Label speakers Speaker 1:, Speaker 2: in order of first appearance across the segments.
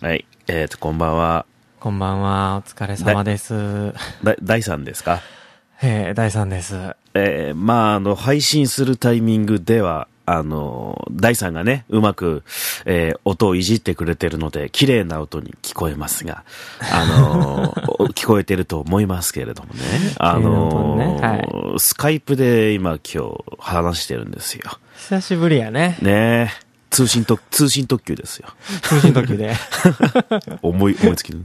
Speaker 1: はい。えっ、と、こんばんは。
Speaker 2: こんばんは、お疲れ様です。
Speaker 1: だ、第3ですか
Speaker 2: えー、第3です。
Speaker 1: えーまあ、あの、配信するタイミングでは、あの、第3がね、うまく、えー音をいじってくれてるので、綺麗な音に聞こえますが、あ の、お聞こえてると思いますけれどもね。あの、
Speaker 2: 綺麗な音
Speaker 1: スカイプで今今日話してるんですよ。
Speaker 2: 久しぶりやね。
Speaker 1: ねえ通信特、通信特急ですよ。
Speaker 2: 通信時 で。
Speaker 1: 思い、思いつき の。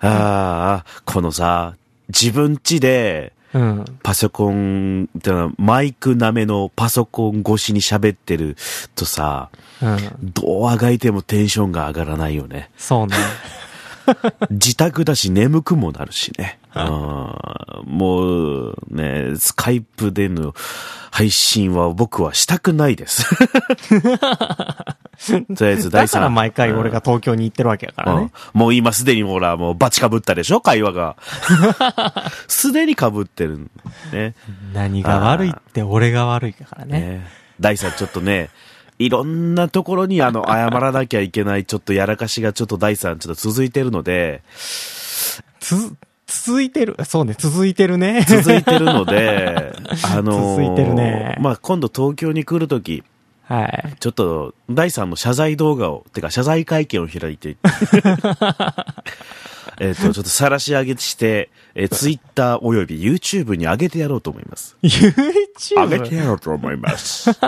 Speaker 1: ああ、このさ、自分家で、
Speaker 2: うん。
Speaker 1: パソコン、ってのはマイクなめのパソコン越しに喋ってるとさ、
Speaker 2: うん。
Speaker 1: どうあがいてもテンションが上がらないよ ね。
Speaker 2: そうね。
Speaker 1: 自宅だし眠くもなるしね。うんもうね、スカイプでの配信は僕はしたくない です。とりあえず第
Speaker 2: だ
Speaker 1: 3
Speaker 2: から毎回俺が東京に行ってるわけやから
Speaker 1: う
Speaker 2: ね
Speaker 1: ん。もう今すでにほら、もうバチかぶったでしょ会話 が。すでにかぶってるのね。
Speaker 2: 何が悪いって俺が悪いからね。
Speaker 1: ね。大さんちょっとね、いろんなところにあの、謝らなきゃいけない、ちょっとやらかしがちょっと大さんちょっと続いてるので、
Speaker 2: つ、続いてる。そうね、続いてるね。
Speaker 1: 続いてるの で、あのー
Speaker 2: 続いてるね
Speaker 1: まあ、今度東京に来るとき、
Speaker 2: はい。
Speaker 1: ちょっと、第3の謝罪動画を、てか謝罪会見を開い て、えっと、ちょっと晒し上げして、えー、Twitter および YouTube に上げてやろうと思います。上げて
Speaker 2: YouTube?
Speaker 1: やろうと思います。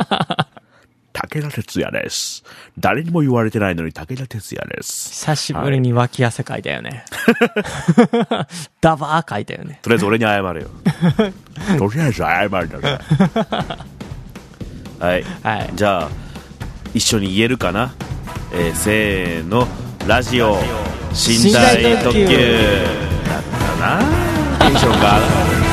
Speaker 1: 武田鉄矢です。誰にも言われてないのに武田鉄矢です。
Speaker 2: 久しぶりに脇汗かいたよね。ダバーかいたよね。
Speaker 1: とりあえず俺に謝れよ。とりあえず謝るだけ。はい。
Speaker 2: はい。
Speaker 1: じゃあ、一緒に言えるかなえーせーの、ラジオ、寝台特急。
Speaker 2: 寝台特急
Speaker 1: だったなテンションが上がる。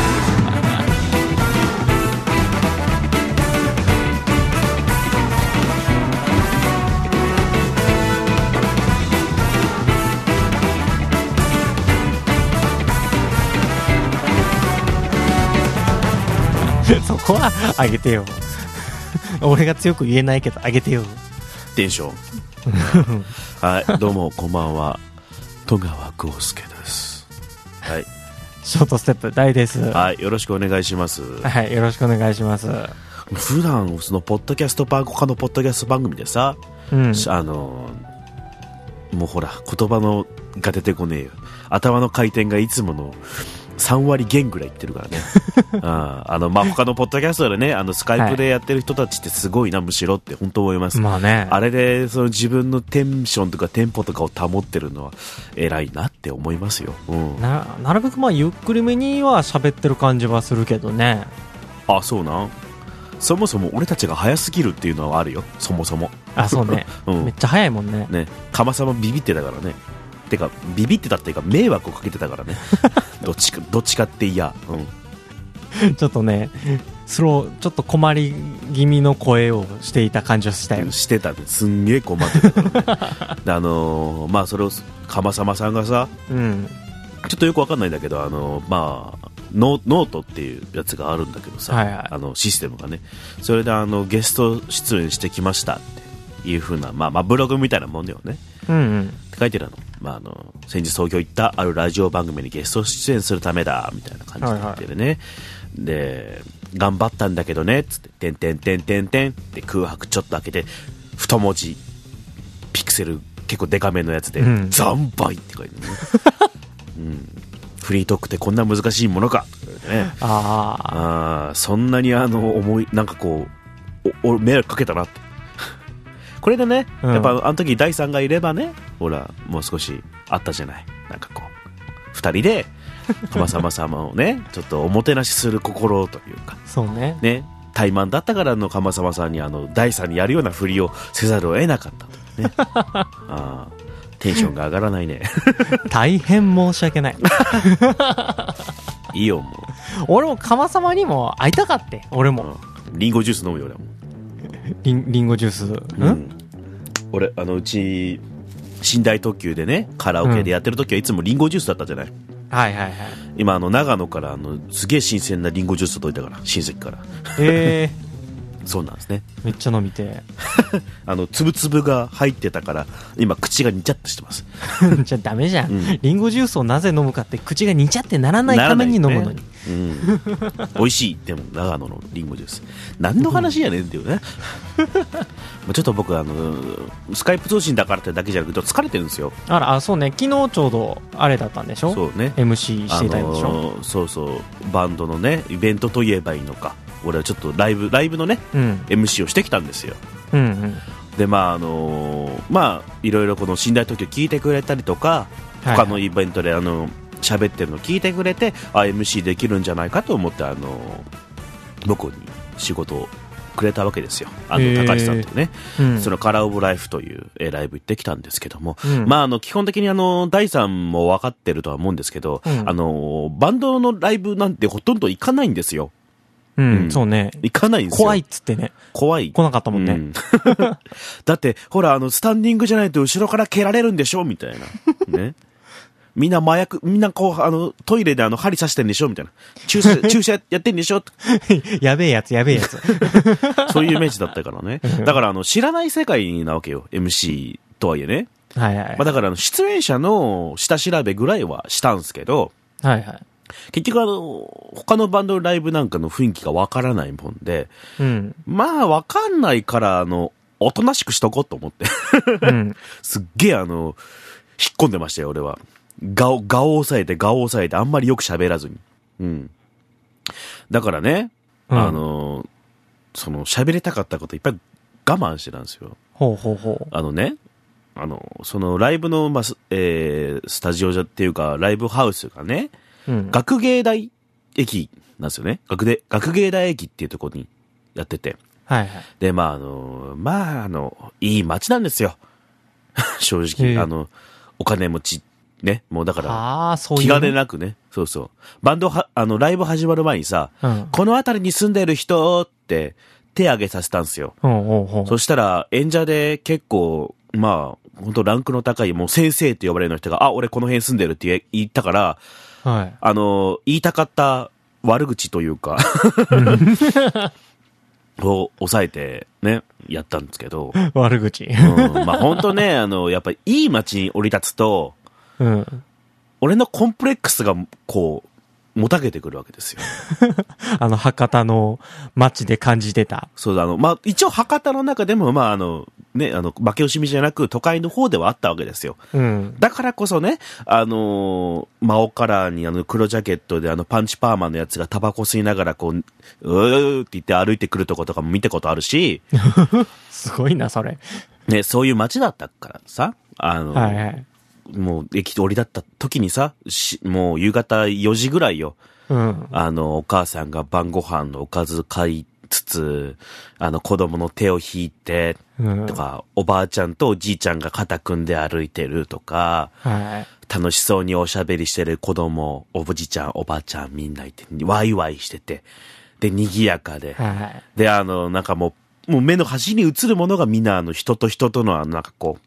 Speaker 2: そこはあげ てよ。俺が強く言えないけど、あげてよ。
Speaker 1: テンションはいどうもこんばんは戸川浩介ですはい、
Speaker 2: ショートステップ大です。は
Speaker 1: はい、よろしくお願いします
Speaker 2: い、よろしくお願いします。
Speaker 1: 普段そのポッドキャスト番他のポッドキャスト番組でさ、
Speaker 2: うん。
Speaker 1: あのもうほら言葉のが出てこねえよ頭の回転がいつもの3割減ぐらいいってるから ねああの、まあ、他のポッドキャストでねあのスカイプでやってる人たちってすごいな、むしろって本当思います
Speaker 2: まあね。
Speaker 1: あれで、その自分のテンションとかテンポとかを保ってるのは偉いなって思いますよ。うん。
Speaker 2: ななるべくまあゆっくりめには喋ってる感じはするけどね
Speaker 1: あ、そうなん。そもそも俺たちが早すぎるっていうのはあるよ。そもそも。
Speaker 2: あそうね
Speaker 1: う
Speaker 2: めっ
Speaker 1: ん。
Speaker 2: ちゃ早いもんね
Speaker 1: ね。かまさまビビってたからね。てか、ビビってたっていうか、迷惑をかけてたから ね。どっちか、どっちかって嫌。うん。
Speaker 2: ちょっとねスローちょっと困り気味の声をしていた感じをしたよ
Speaker 1: してたって、すんげえ困ってたからね。であのーまあ、それを、かまさまさんがさ、
Speaker 2: うん
Speaker 1: ちょっとよくわかんないんだけど、あの、まあ、ノノートっていうやつがあるんだけどさ、
Speaker 2: はいはい
Speaker 1: あのシステムがね、それであのゲスト出演してきましたっていうふうな、まあ、まあブログみたいなもんだよね、
Speaker 2: うんうん
Speaker 1: って書いてるの,、まあ、あの先日東京行ったあるラジオ番組にゲスト出演するためだみたいな感じで言ってるね、で頑張ったんだけどねっつって「てんてんてんてんてん」って空白ちょっと開けて太文字ピクセル結構デカめのやつで
Speaker 2: うん
Speaker 1: 「惨敗」って書いてるね、うん、フリートークってこんな難しいものかとか言ってね
Speaker 2: あ
Speaker 1: あーそんなにあの思いなんかこうお俺迷惑かけたなって これでね、
Speaker 2: うん
Speaker 1: やっぱあの時第3がいればねほらもう少しあったじゃないなんかこう2人 で浜様様をねちょっとおもてなしする心というか
Speaker 2: あそうね
Speaker 1: ね怠慢だったからの鎌様さんにあの第3にやるようなふりをせざるを得なかったという ねあーテンションが上がらないね
Speaker 2: 大変申し訳ない
Speaker 1: いいよも
Speaker 2: 俺もかまさまにも会いたかって俺も
Speaker 1: う、うん、リンゴジュース飲むよ俺はもう
Speaker 2: りんりんごジュースん、
Speaker 1: うん、俺あのうち寝台特急でねカラオケでやってる時はいつもリンゴジュースだったじゃない、
Speaker 2: はいはいはい
Speaker 1: 今あの長野からあのすげえ新鮮なリンゴジュース届いたから親戚から
Speaker 2: え
Speaker 1: そうなんですね
Speaker 2: めっちゃ飲みて
Speaker 1: あのつぶつぶが入ってたから今口がにちゃっとしてます
Speaker 2: じゃあダメじゃん、
Speaker 1: うん
Speaker 2: リンゴジュースをなぜ飲むかって口がにちゃってならないために飲むのに、
Speaker 1: ならないねうん、美味しいでも長野のリンゴジュース何の話やねんっていう ねまあちょっと僕あのスカイプ通信だからってだけじゃなくて疲れてるんですよ
Speaker 2: あらあそうね昨日ちょうどあれだったんでしょ
Speaker 1: そうね
Speaker 2: MC し
Speaker 1: あ
Speaker 2: ていたんでしょ、
Speaker 1: のーそうそうバンドのねイベントといえばいいのか俺はちょっとライブライブのね
Speaker 2: うん、
Speaker 1: MC をしてきたんですよ
Speaker 2: うんうん
Speaker 1: でまああのーまあいろいろこの寝台特許聞いてくれたりとか
Speaker 2: はい
Speaker 1: 他のイベントであの喋ってるの聞いてくれてあ MC できるんじゃないかと思ってあの僕に仕事をくれたわけですよあ
Speaker 2: へ
Speaker 1: の
Speaker 2: ー
Speaker 1: 高橋さんとね、
Speaker 2: うん
Speaker 1: そのカラーオブライフという、えーライブ行ってきたんですけども、
Speaker 2: うん
Speaker 1: まああの基本的にあの第三も分かってるとは思うんですけど、
Speaker 2: うん
Speaker 1: あのバンドのライブなんてほとんど行かないんですよ
Speaker 2: うん
Speaker 1: うん
Speaker 2: そうね
Speaker 1: 行かないんですよ
Speaker 2: 怖いっつってね
Speaker 1: 怖い
Speaker 2: 来なかったもんね、
Speaker 1: うん、 だって、ほら、あの、スタンディングじゃないと後ろから蹴られるんでしょみたい な。ね。みんな麻薬、みんなこう、あの、トイレであの、針刺してんでしょみたいな。注 射、注射やってんでしょ
Speaker 2: やべえやつやべえ やつ
Speaker 1: そういうイメージだったから ね。だから、あの、知らない世界なわけよ。MC とはいえね。
Speaker 2: はいはい、
Speaker 1: まあ、だから、あの出演者の下調べぐらいはしたんすけど、
Speaker 2: はいはい
Speaker 1: 結局あの、他のバンドのライブなんかの雰囲気がわからないもんで、
Speaker 2: うん、
Speaker 1: まあ、わかんないから、あの、おとなしくしとこうと思って。
Speaker 2: うん、
Speaker 1: すっげえあの、引っ込んでましたよ、俺は。顔、顔を抑えて、顔を抑えて、あんまりよく喋らずに。うん。だからね、
Speaker 2: うん
Speaker 1: あの、その、喋りたかったこといっぱい我慢してたんですよ。
Speaker 2: ほうほうほ
Speaker 1: あのね、あの、そのライブの、まあ、すえースタジオじゃっていうか、ライブハウス がね、
Speaker 2: う、うん、
Speaker 1: 学芸大駅なんですよね。学で、学芸大駅っていうところにやってて。
Speaker 2: はいはい
Speaker 1: で、まあ、あの、まあ、あの、いい街なんですよ。 正
Speaker 2: へえ
Speaker 1: 直、あの、お金持ち、ね、もうだから、
Speaker 2: ああそういう
Speaker 1: 気兼ね
Speaker 2: な、
Speaker 1: なくね、そうそう。バンドは、あの、ライブ始まる前にさ、
Speaker 2: うん、
Speaker 1: この辺りに住んでる人って、手挙げさせたんですよ。
Speaker 2: ほうほうほう
Speaker 1: そしたら、演者で結構、まあ、本当ランクの高い、もう先生って呼ばれるような人が、あ、俺この辺住んでるって言え言ったから、
Speaker 2: はい
Speaker 1: あの、言いたかった悪口というか、 を抑えてね、やったんですけど、
Speaker 2: 悪口。
Speaker 1: うんまあ本当ね、あの、やっぱりいい街に降り立つと、
Speaker 2: うん。
Speaker 1: 俺のコンプレックスがこう、もたげてくるわけですよ。
Speaker 2: あの、博多の街で感じてた。
Speaker 1: そうだ、あの、まあ一応博多の中でも、まああの、ね、あの、負け惜しみじゃなく都会の方ではあったわけですよ。
Speaker 2: うん。
Speaker 1: だからこそね、あのー真央カラーにあの黒ジャケットであのパンチパーマのやつがタバコ吸いながらこう、うーって言って歩いてくるとことかも見たことある し、
Speaker 2: すごいな、それ。
Speaker 1: ね、そういう街だったからさ、あの、
Speaker 2: はいはい。
Speaker 1: もう駅降りだった時にさ、しもう夕方4時ぐらいよ、
Speaker 2: うん。
Speaker 1: あの、お母さんが晩ご飯のおかず買いつつ、あの子供の手を引いて、
Speaker 2: うん
Speaker 1: と。か、おばあちゃんとおじいちゃんが肩組んで歩いてるとか、
Speaker 2: はい。
Speaker 1: 楽しそうにおしゃべりしてる子供、おじちゃん、おばあちゃんみんないて、ワイワイしてて、で、賑やかで、
Speaker 2: はい。
Speaker 1: で、あの、なんかもう、もう目の端に映るものがみんなあの人と人とのあのなんかこう、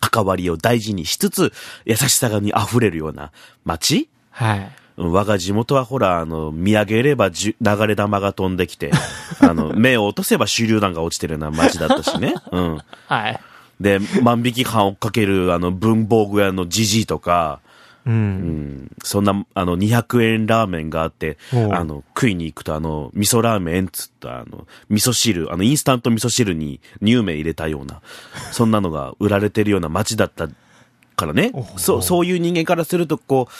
Speaker 1: 関わりを大事にしつつ、優しさがに溢れるような街
Speaker 2: はい。
Speaker 1: うん我が地元はほら、あの、見上げればじゅ流れ玉が飛んできて、あ の、目を落とせば手榴弾が落ちてるような街だったしね。うん。
Speaker 2: はい。
Speaker 1: で、万引き犯を追っかける、あの、文房具屋のじじいとか、
Speaker 2: う。
Speaker 1: うんんそんな、あの、200円ラーメンがあって、
Speaker 2: おう
Speaker 1: あの、食いに行くと、あの、味噌ラーメンっつった、あの、味噌汁、あの、インスタント味噌汁に乳麺入れたような、そんなのが売られてるような街だったからね
Speaker 2: おう、
Speaker 1: そう、そういう人間からすると、こう、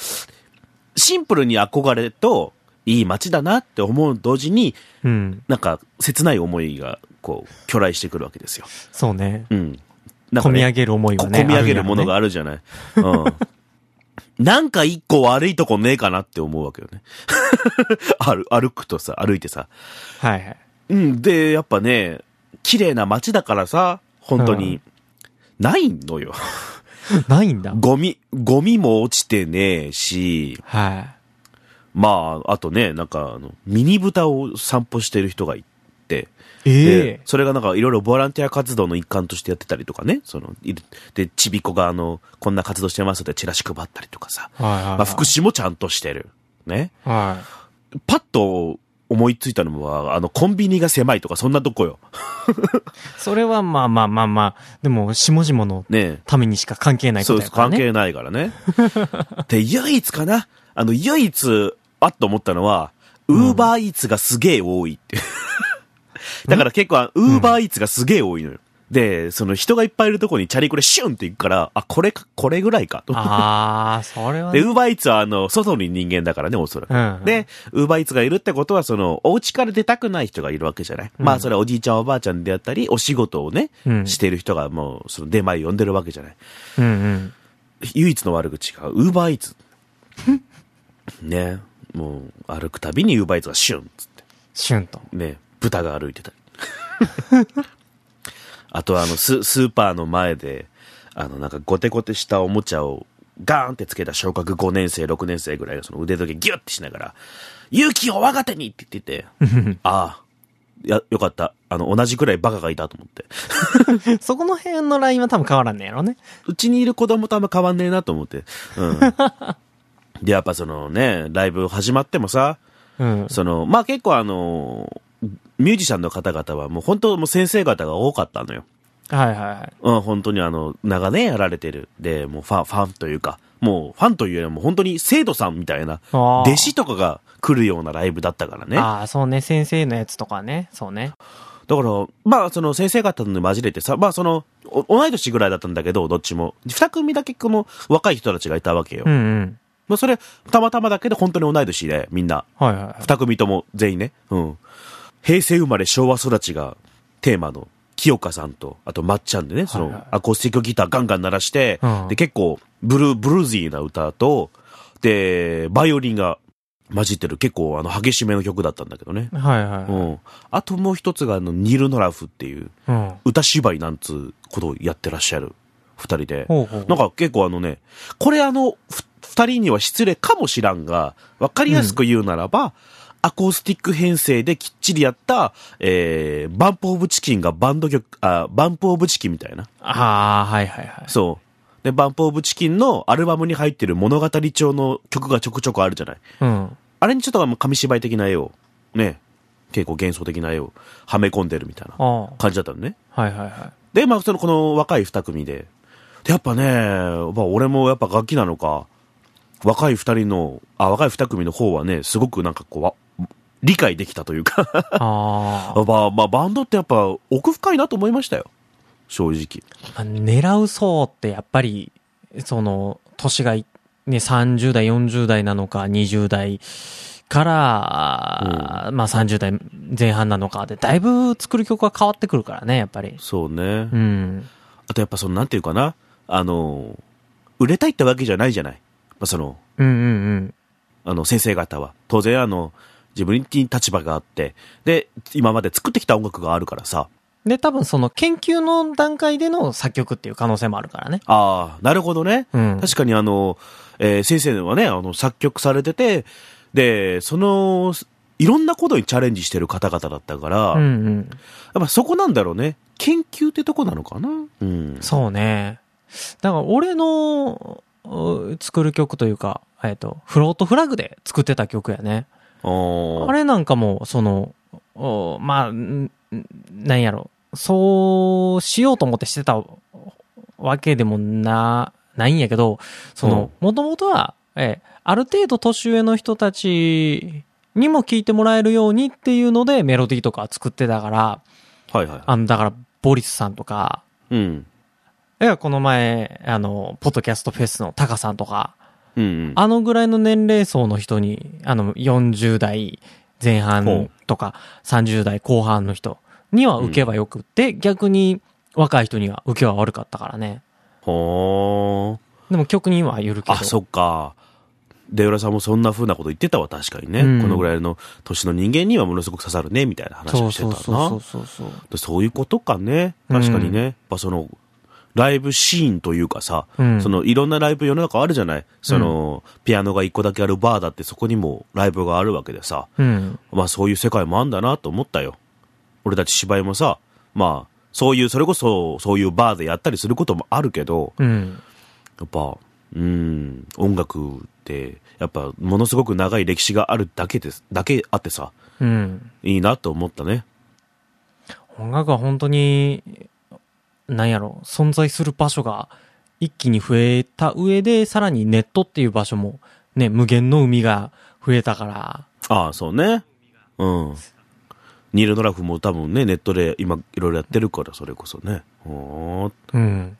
Speaker 1: シンプルに憧れと、いい街だなって思う同時に、
Speaker 2: うん。
Speaker 1: なんか、切ない思いが、こう、去来してくるわけですよ。
Speaker 2: そうね。
Speaker 1: うん。なん
Speaker 2: 込
Speaker 1: か
Speaker 2: み
Speaker 1: ね
Speaker 2: 上げる思い
Speaker 1: こ
Speaker 2: はね。
Speaker 1: 込み上げるものが
Speaker 2: あ
Speaker 1: あるじゃない。うん。なんか一個悪いとこねえかなって思うわけよね。 歩歩くとさ、歩いてさ。
Speaker 2: るよね。はいはい。
Speaker 1: うん。で、やっぱね、綺麗な街だからさ、本当に、ないのよ。
Speaker 2: ないんだ。
Speaker 1: ゴミ、ゴミも落ちてねえし、
Speaker 2: は
Speaker 1: まあ、あとね、なんか、あの、ミニ豚を散歩してる人がいて、
Speaker 2: い。
Speaker 1: で
Speaker 2: ええ。
Speaker 1: それがなんかいろいろボランティア活動の一環としてやってたりとかね、その、いるで、ちびっこがあの、こんな活動してますってチラシ配ったりとかさ、
Speaker 2: はいはいはい。
Speaker 1: まあ、福祉もちゃんとしてる。ね。
Speaker 2: は
Speaker 1: パッと思いついたのは、あの、コンビニが狭いとか、そんなとこよ。
Speaker 2: それはまあまあまあまあ、でも、下々の
Speaker 1: ね
Speaker 2: ためにしか関係ないこ
Speaker 1: そう
Speaker 2: と
Speaker 1: で
Speaker 2: や
Speaker 1: す。
Speaker 2: から
Speaker 1: 関
Speaker 2: ね。
Speaker 1: 係ないからね。で、唯一かなあの、唯一、あっと思ったのは、ウーバーイーツがすげえ多いって。だから結構、ウーバーイーツがすげえ多いのよ。で、その人がいっぱいいるとこにチャリコでシュンって行くから、あ、これか、これぐらいかと。
Speaker 2: ああ、それは
Speaker 1: で、
Speaker 2: ね、
Speaker 1: ウーバーイーツは、あの、外に人間だからね、おそらく。
Speaker 2: うん
Speaker 1: で、ウーバーイーツがいるってことは、その、お家から出たくない人がいるわけじゃない。まあ、それはおじいちゃんおばあちゃんであったり、お仕事をね、
Speaker 2: うん
Speaker 1: してる人がもう、その出前呼んでるわけじゃない。
Speaker 2: うんうん。
Speaker 1: 唯一の悪口が、ウーバーイーツ。 ね。もう、歩くたびにウーバーイーツがシュンっつって。
Speaker 2: シュンと。
Speaker 1: ね。豚が歩いてたり。 あとは、あの、ス、スーパーの前で、あの、なんか、ゴテゴテしたおもちゃを、ガーンってつけた小学5年生、6年生ぐらいのその腕時計ギュッてしながら、勇気を我が手にって言ってて、ああ、いや、よかった。あの、同じくらいバカがいたと思って。
Speaker 2: そこの辺のラインは多分変わらんねやろね。
Speaker 1: うちにいる子供とあんま変わんねえなと思って。 うん。で、やっぱそのね、ライブ始まってもさ、
Speaker 2: うん。
Speaker 1: その、まあ結構あの、ミュージシャンの方々はもう本当もう先生方が多かったのよ。
Speaker 2: はいはいはい。
Speaker 1: うん、本当にあの、長年やられてる。で、もうファン、ファンというか、もうファンというよりも本当に生徒さんみたいな、
Speaker 2: あー
Speaker 1: 弟子とかが来るようなライブだったからね。
Speaker 2: ああ、そうね。先生のやつとかね。そうね。
Speaker 1: だから、まあ、その先生方に混じれてさ、まあ、その、お同い年ぐらいだったんだけど、どっちも。二組だけこの若い人たちがいたわけよ。
Speaker 2: うんうん。
Speaker 1: まあ、それ、たまたまだけど、本当に同い年で、みんな。
Speaker 2: はいはいはい。
Speaker 1: 二組とも、全員ね。うん。平成生まれ昭和育ちが、テーマの、清香さんと、あと、まっちゃんでね、そ
Speaker 2: はいは
Speaker 1: の
Speaker 2: い、
Speaker 1: アコースティックギターガンガン鳴らして、
Speaker 2: うん
Speaker 1: で、結構、ブルー、ブルージーな歌と、で、バイオリンが混じってる、結構、あの、激しめの曲だったんだけどね。
Speaker 2: はいはいうはい。
Speaker 1: ん。あともう一つが、あの、ニルノラフっていう、
Speaker 2: うん。
Speaker 1: 歌芝居なんつうことをやってらっしゃる、二人で。
Speaker 2: ほうほう。
Speaker 1: なんか結構あのね、これあの、ふ二人には失礼かもしらんが、わかりやすく言うならば、アコースティック編成できっちりやった、えー、バンプオブチキンがバンド曲、あ、バンプオブチキンみたいな。
Speaker 2: ああ、はいはいはい。
Speaker 1: そう。で、バンプオブチキンのアルバムに入ってる物語調の曲がちょくちょくあるじゃない。
Speaker 2: うん。
Speaker 1: あれにちょっとあの紙芝居的な絵を、ね、結構幻想的な絵をはめ込んでるみたいな
Speaker 2: あ
Speaker 1: 感じだったのね。
Speaker 2: あ。はいはいは
Speaker 1: で、まあ、その、この若い二組で。で、やっぱね、まあ、俺もやっぱ楽器なのか、若い二人の、あ、若い二組の方はね、すごくなんかこうわ、理解できたというか、
Speaker 2: い。ああ。
Speaker 1: まあ、まあ、バンドってやっぱ奥深いなと思いましたよ。正直。
Speaker 2: まあ狙う層ってやっぱり、その、年がい、ね、30代、40代なのか、20代から、まあ30代前半なのかで、だいぶ作る曲は変わってくるからね、やっぱり。
Speaker 1: そうね。
Speaker 2: うん。
Speaker 1: あとやっぱその、なんていうかな、あの、売れたいってわけじゃないじゃない。まあ、その、
Speaker 2: うんうん
Speaker 1: あの、先生方は。当然、あの、自分に立場があって、で、今まで作ってきた音楽があるからさ、
Speaker 2: うん。で、多分その研究の段階での作曲っていう可能性もあるからね。
Speaker 1: ああ、なるほどね。
Speaker 2: うん
Speaker 1: 確かにあの、えー先生はね、あの、作曲されてて、で、その、いろんなことにチャレンジしてる方々だったから、
Speaker 2: うん
Speaker 1: やっ
Speaker 2: うん。
Speaker 1: ぱそこなんだろうね。研究ってとこなのかなうん。
Speaker 2: そうね。だから俺のう作る曲というか、えっと、フロートフラグで作ってた曲やね。あ
Speaker 1: あれ
Speaker 2: れなんかも、その、おまあ、んんなんやろ、そうしようと思ってしてたわけでもな、ないんやけど、その、もともとは、ええある程度年上の人たちにも聞いてもらえるようにっていうのでメロディーとか作ってたから、
Speaker 1: はいはい。
Speaker 2: あの、だから、ボリスさんとか、
Speaker 1: うん。
Speaker 2: いやこの前、あの、ポッドキャストフェスのタカさんとか、
Speaker 1: うん、うん。
Speaker 2: あのぐらいの年齢層の人に、あの、40代前半とか、30代後半の人には受けばよくって、逆に若い人には受けは悪かったからね。
Speaker 1: ほ
Speaker 2: でも曲にはよるけ
Speaker 1: ー。
Speaker 2: ど。
Speaker 1: あ、そっか。デオラさんもそんな風なこと言ってたわ、確かにね。
Speaker 2: うん
Speaker 1: このぐらいの年の人間にはものすごく刺さるね、みたいな話
Speaker 2: そ
Speaker 1: を
Speaker 2: う
Speaker 1: して
Speaker 2: そ
Speaker 1: た
Speaker 2: う
Speaker 1: な。
Speaker 2: そうそうそう。
Speaker 1: でそういうことかね。確かにね。やっぱその、ライブシーンというかさ、
Speaker 2: うん
Speaker 1: そのいろんなライブ世の中あるじゃないその、ピアノが一個だけあるバーだってそこにもライブがあるわけでさ、
Speaker 2: うん。
Speaker 1: まあそういう世界もあんだなと思ったよ。俺たち芝居もさ、まあ、そういう、それこそ、そういうバーでやったりすることもあるけど、
Speaker 2: うん。
Speaker 1: やっぱ、うん、音楽って、やっぱ、ものすごく長い歴史があるだけです、だけあってさ、
Speaker 2: うん。
Speaker 1: いいなと思ったね。
Speaker 2: 音楽は本当に、なんやろ、存在する場所が一気に増えた上で、さらにネットっていう場所も、ね、無限の海が増えたから、
Speaker 1: ああ、そうね。うん。ニール・ドラフも多分ね、ネットで今いろいろやってるから、それこそね。ほー
Speaker 2: うん。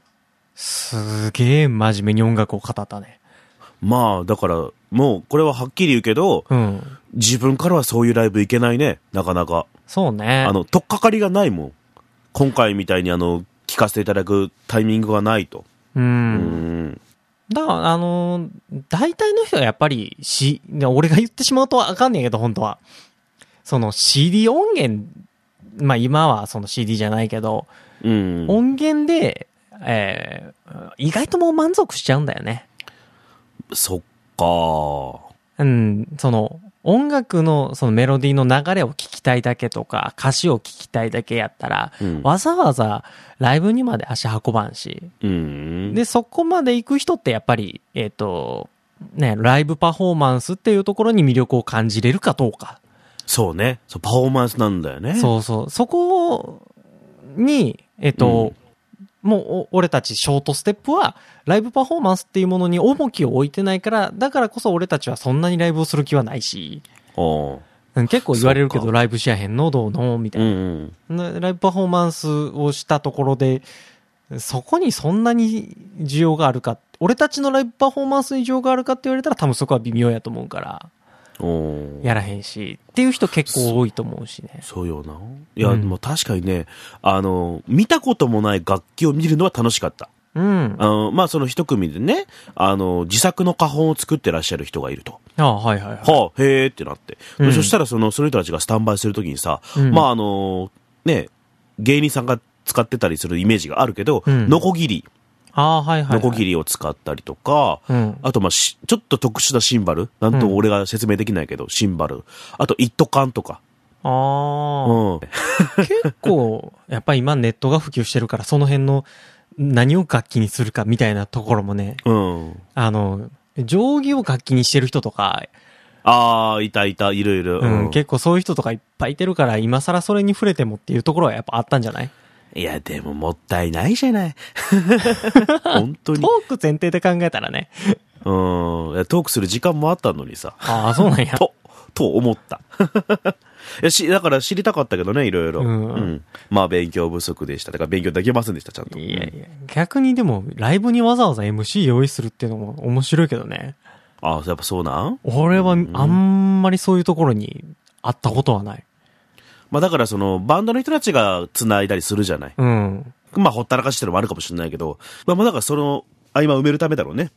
Speaker 2: すげえ真面目に音楽を語ったね。
Speaker 1: まあ、だから、もうこれははっきり言うけど、
Speaker 2: うん。
Speaker 1: 自分からはそういうライブ行けないね、なかなか。
Speaker 2: そうね。
Speaker 1: あの、とっかかりがないもん。今回みたいにあの、聞かせていただくタイミングがないと。
Speaker 2: う。
Speaker 1: うんん。
Speaker 2: だから、あのー大体の人はやっぱり、C、ね俺が言ってしまうとあかんねんけど、本当は。その CD 音源、まあ今はその CD じゃないけど、
Speaker 1: うん。
Speaker 2: 音源で、えー意外ともう満足しちゃうんだよね。
Speaker 1: そっか。
Speaker 2: うん、その、音楽のそのメロディーの流れを聞きたいだけとか、歌詞を聞きたいだけやったら、
Speaker 1: うん
Speaker 2: わざわざライブにまで足運ばんし、
Speaker 1: うん。
Speaker 2: で、そこまで行く人ってやっぱり、えっ、と、ね、ライブパフォーマンスっていうところに魅力を感じれるかどうか。
Speaker 1: そうね。そう、パフォーマンスなんだよね。
Speaker 2: そうそう。そこに、えっ、と、もうお、俺たちショートステップは、ライブパフォーマンスっていうものに重きを置いてないから、だからこそ俺たちはそんなにライブをする気はないし、
Speaker 1: おう。
Speaker 2: うん結構言われるけ
Speaker 1: そ
Speaker 2: ど、
Speaker 1: う
Speaker 2: ライブしやへんのどうのみたい
Speaker 1: うん
Speaker 2: な、
Speaker 1: うん。
Speaker 2: なライブパフォーマンスをしたところで、そこにそんなに需要があるか、俺たちのライブパフォーマンスに需要があるかって言われたら多分そこは微妙やと思うから、
Speaker 1: おう
Speaker 2: やらへんし、っていう人結構多いと思うしね。
Speaker 1: そうよな。いや、
Speaker 2: うん
Speaker 1: でも確かにね、あの、見たこともない楽器を見るのは楽しかった。
Speaker 2: うん。
Speaker 1: あの、まあ、その一組でね、あの、自作の花本を作ってらっしゃる人がいると。
Speaker 2: ああはいはいはい。
Speaker 1: はあ、へーってなって。で
Speaker 2: うん
Speaker 1: そしたら、その、その人たちがスタンバイするときにさ、
Speaker 2: うん
Speaker 1: まあ、あの、ね、芸人さんが使ってたりするイメージがあるけど、
Speaker 2: うん
Speaker 1: ノコギリ、
Speaker 2: ああはいはい、
Speaker 1: ノ
Speaker 2: はい。
Speaker 1: コギリを使ったりとか、
Speaker 2: うん。
Speaker 1: あと、まあし、ちょっと特殊なシンバル。なんとも俺が説明できないけど、シンバル。あと、一斗缶とか。う
Speaker 2: あ
Speaker 1: ん。
Speaker 2: あ、結構、やっぱり今ネットが普及してるから、その辺の何を楽器にするかみたいなところもね、
Speaker 1: うん。
Speaker 2: あの、定規を楽器にしてる人とか、
Speaker 1: ああ、いたいた、いろいろ。
Speaker 2: うん、結構そういう人とかいっぱいいてるから、今更それに触れてもっていうところはやっぱあったんじゃない
Speaker 1: いや、でももったいないじゃ ない。本当
Speaker 2: ト
Speaker 1: に。
Speaker 2: ーク前提で考えたらね。
Speaker 1: うん。いやトークする時 間もあったのにさ。
Speaker 2: ああ、そうなんや。
Speaker 1: と、と思った。 いやし、だから知りたかったけどね、いろいろ。
Speaker 2: うん
Speaker 1: まあ、勉強不足でした。だから勉強できませんでした、ちゃんと。
Speaker 2: いやいや、逆にでも、ライブにわざわざ MC 用意するっていうのも面白いけどね。
Speaker 1: ああ、やっぱそうなん
Speaker 2: 俺はあんまりそういうところにあったことはない。
Speaker 1: まあ、だからその、バンドの人たちが繋いだりするじゃない。
Speaker 2: うん。
Speaker 1: まあ、ほったらかしってのもあるかもしれないけど、まあ、まあ、だからその、合間埋めるためだろうね。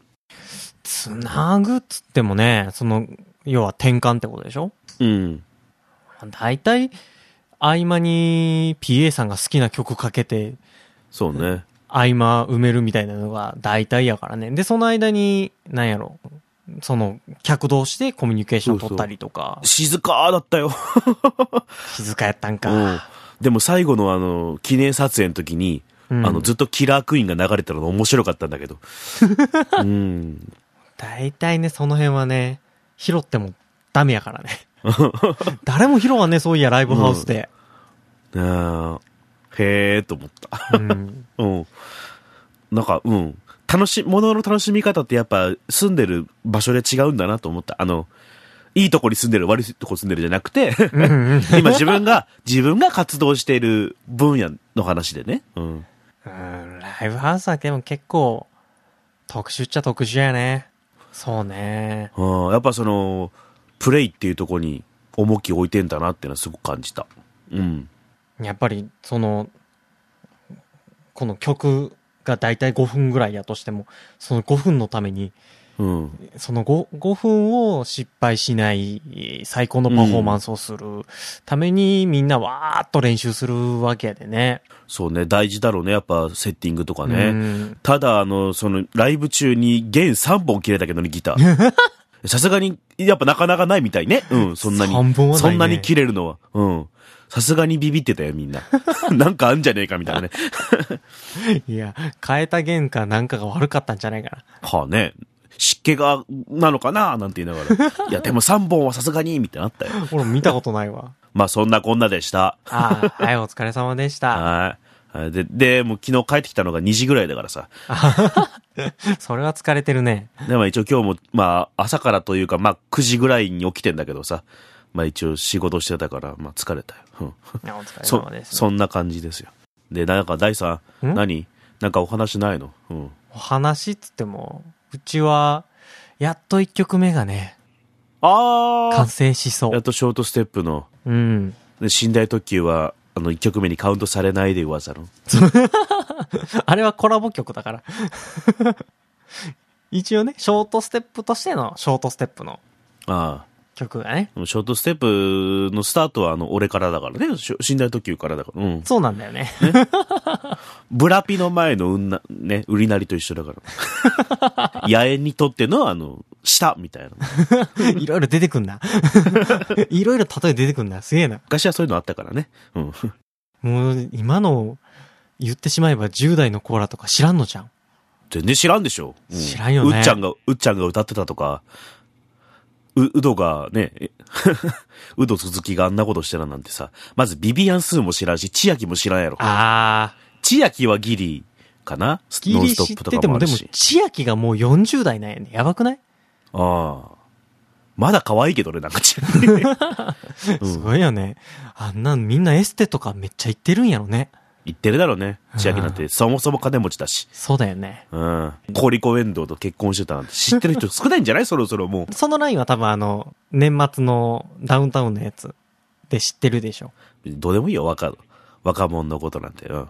Speaker 2: つなぐっつってもね、その、要は転換ってことでしょ
Speaker 1: うん。
Speaker 2: 大体、合間に PA さんが好きな曲かけて、
Speaker 1: そうね。
Speaker 2: 合間埋めるみたいなのが大体やからね。で、その間に、なんやろ、その、客同士でコミュニケーション取ったりとか、
Speaker 1: 静かだったよ。
Speaker 2: 静かやった
Speaker 1: う
Speaker 2: ん
Speaker 1: ん
Speaker 2: か。
Speaker 1: でも最後のあの、記念撮影の時に、
Speaker 2: うん
Speaker 1: あの、ずっとキラークイーンが流れてたの面白かったんだけど。うん。
Speaker 2: 大体ね、その辺はね、拾ってもダメやからね。 誰も拾わんね、そういや、ライブハウスで。
Speaker 1: あーへえと思った。
Speaker 2: うん。
Speaker 1: うん。なんか、うん。楽し、ものの楽しみ方ってやっぱ住んでる場所で違うんだなと思った。あの、いいとこに住んでる、悪いとこに住んでるじゃなくて、 今自分が、自分が活動している分野の話でね。うん。
Speaker 2: うんライブハウスはでも結構、特殊っちゃ特殊やね。そうね。
Speaker 1: うんやっぱその、プレイっていうところに重きを置いてんだなっていうのはすごく感じた。うん。
Speaker 2: やっぱり、その、この曲が大体5分ぐらいやとしても、その5分のために、
Speaker 1: うん。
Speaker 2: その 5, 5分を失敗しないえー最高のパフォーマンスをするためにみんなわーっと練習するわけやでね。
Speaker 1: そうね、大事だろうね、やっぱセッティングとかね。
Speaker 2: うん
Speaker 1: ただ、あの、その、ライブ中に弦3本切れたけどね、ギター。さすがに、やっぱなかなかないみたいね。うん、そんなに。
Speaker 2: 三本はないね
Speaker 1: そんなに切れるのは。うん。さすがにビビってたよ、みんな。 なんかあんじゃねえか、みたいなね。
Speaker 2: いや、変えた原価なんかが悪かったんじゃないか
Speaker 1: はあね。湿気が、なのかななんて言いながら。いや、でも3本はさすがに、みたいなのあったよ。
Speaker 2: な。俺も見たことないわ。
Speaker 1: まあ、そんなこんなでした。
Speaker 2: ああ、はい、お疲れ様でした。
Speaker 1: はいはい。で、で、もう昨日帰ってきたのが2時ぐらいだからさ。
Speaker 2: それは疲れてるね。
Speaker 1: でも一応今日も、まあ朝からというか、まあ9時ぐらいに起きてんだけどさ。まあ一応仕事してたから、まあ疲れたよ。 うん。
Speaker 2: い やお疲れ
Speaker 1: そ
Speaker 2: 様、です。
Speaker 1: そんな感じですよ。で、なんか第三、
Speaker 2: ん
Speaker 1: 何なんかお話ないのうん。
Speaker 2: お話っつっても、うちは、やっと一曲目がね、
Speaker 1: あ
Speaker 2: 完成しそ
Speaker 1: あやっ
Speaker 2: う。
Speaker 1: とショートステップの、
Speaker 2: うん。
Speaker 1: で寝台特急は、あの、1曲目にカウントされないで噂の。
Speaker 2: あれはコラボ曲だから。 一応ね、ショートステップとしての、ショートステップの
Speaker 1: ああ。
Speaker 2: 曲がね。
Speaker 1: でもショートステップのスタートは、あの、俺からだからね。しょ寝台特急からだから。うん。
Speaker 2: そうなんだよ ね。
Speaker 1: ブラピの前のうんな、ね、売りなりと一緒だ から。野猿にとっての、あの、舌みたいな。
Speaker 2: いろいろ出てく んな。いろいろ例え出てくんな。すげえな。
Speaker 1: 昔はそういうのあったからね。うん。
Speaker 2: もう、今の、言ってしまえば10代のコーラとか知らんのじゃん。
Speaker 1: 全然知らんでしょ。う
Speaker 2: 知らんよね
Speaker 1: うっちゃんが、うっちゃんが歌ってたとか、う、うどがね、 えうど鈴木があんなことしてたなんてさ、まずビビアンスーも知らんし、千秋も知らんやろ。
Speaker 2: あー。
Speaker 1: 千秋はギリかなス
Speaker 2: ギ
Speaker 1: ノン
Speaker 2: リ
Speaker 1: スト
Speaker 2: 知
Speaker 1: ップ
Speaker 2: っ
Speaker 1: と
Speaker 2: てて
Speaker 1: かも
Speaker 2: も、
Speaker 1: あ
Speaker 2: で
Speaker 1: る
Speaker 2: も
Speaker 1: し。、
Speaker 2: 千秋がもう40代なんやね。やばくない、
Speaker 1: ああ。まだ可愛いけどね、なん か千秋。
Speaker 2: すごいよね。あんなんみんなエステとかめっちゃ行ってるんやろね。
Speaker 1: 言ってるだろうね。千秋なんて、そもそも金持ちだし。
Speaker 2: そうだよね。
Speaker 1: うん。コリコエンドウと結婚してたなんて知ってる人少ないんじゃないそろそろもう。
Speaker 2: そのラインは多分あの、年末のダウンタウンのやつで知ってるでしょ。
Speaker 1: どうでもいいよ、若、若者のことなんて。うん。